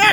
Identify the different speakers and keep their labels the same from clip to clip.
Speaker 1: é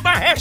Speaker 1: da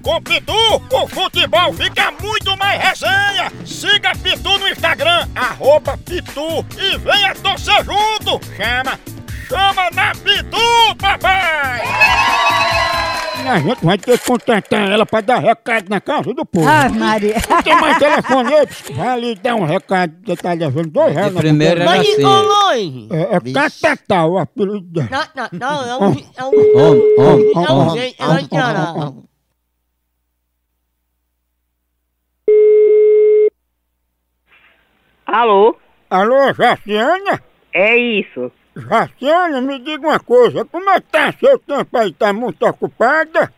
Speaker 1: Com Pitu, o futebol fica muito mais resenha! Siga Pitu no Instagram, arroba Pitu e venha torcer junto! Chama! Chama na Pitu, papai! A gente vai ter que contratar ela pra dar recado na casa do povo.
Speaker 2: Ah, Maria.
Speaker 1: Não tem mais telefone, eu disse, vai lhe dar um recado, você tá levando dois reais na
Speaker 3: primeiro
Speaker 1: boca.
Speaker 3: era
Speaker 4: Mas
Speaker 3: assim.
Speaker 4: em Congonhas.
Speaker 1: É, é Catatá, o apelido dela.
Speaker 4: Não, não, não, é um. É um.
Speaker 3: Om, om,
Speaker 4: É um.
Speaker 3: om.
Speaker 4: jeito, É um. É um.
Speaker 5: Alô?
Speaker 1: Alô, Jaciana?
Speaker 5: É isso.
Speaker 1: Jaciana, me diga uma coisa, como é que tá seu tempo aí? Tá muito ocupada?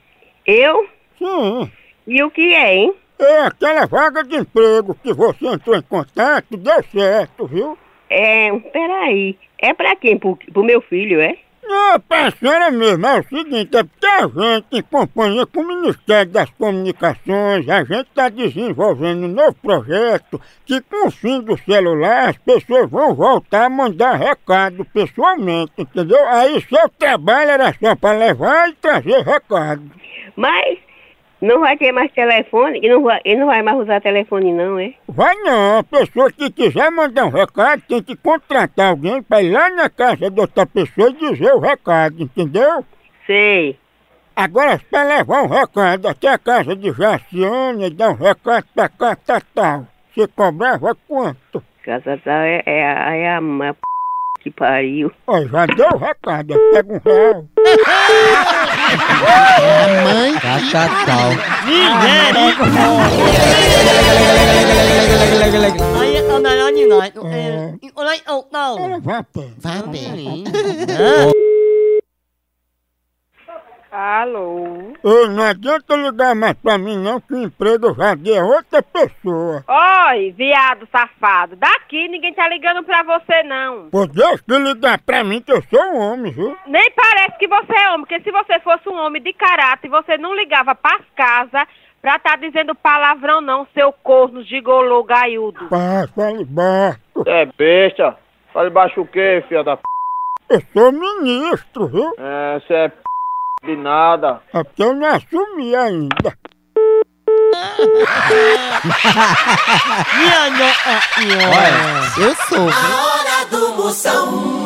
Speaker 5: Eu?
Speaker 1: Sim.
Speaker 5: E o que é, hein?
Speaker 1: É, aquela vaga de emprego que você entrou em contato, deu certo, viu?
Speaker 5: É, peraí. É pra quem? Pro, pro meu filho, é?
Speaker 1: Não, pra senhora Ah, mesmo, é o seguinte, é porque a gente, em companhia com o Ministério das Comunicações, a gente está desenvolvendo um novo projeto que, com o fim do celular, as pessoas vão voltar a mandar recado pessoalmente, entendeu? Aí seu trabalho era só para levar e trazer recado.
Speaker 5: Mas não vai ter mais telefone e não vai, ele não vai mais usar telefone, não, é?
Speaker 1: Vai não, a pessoa que quiser mandar um recado tem que contratar alguém pra ir lá na casa de outra pessoa e dizer o recado, entendeu?
Speaker 5: Sei.
Speaker 1: Agora, pra levar um recado até a casa de Jaciane e dar um recado pra Catatal, você cobrava quanto?
Speaker 5: Casa tal é, é, a- é a ma- p... que pariu.
Speaker 1: Ó, já deu o recado, aí pega um real.
Speaker 3: Catatal.
Speaker 4: Aí é o melhor de nós.
Speaker 1: É.
Speaker 4: É, Lá em Outão.
Speaker 1: Ela vai a pé.
Speaker 4: Vá bem.
Speaker 5: Alô?
Speaker 1: Ei, não adianta ligar mais pra mim não, que o emprego eu já dei a outra pessoa.
Speaker 5: Oi, viado safado. Daqui ninguém tá ligando pra você, não.
Speaker 1: Por Deus que ligar pra mim que eu sou um homem, viu?
Speaker 5: Nem parece que você é homem, porque se você fosse um homem de caráter, você não ligava pras casas pra tá dizendo palavrão não, seu corno gigolô gaiudo.
Speaker 1: Passa ali baixo.
Speaker 6: É besta. Fala embaixo o quê, filha da p?
Speaker 1: Eu sou ministro, viu?
Speaker 6: É, você é p de nada.
Speaker 1: É porque eu não assumi ainda.
Speaker 4: Minha nossa senhora.
Speaker 3: Olha.
Speaker 2: Eu sou.
Speaker 7: A hora do Moção.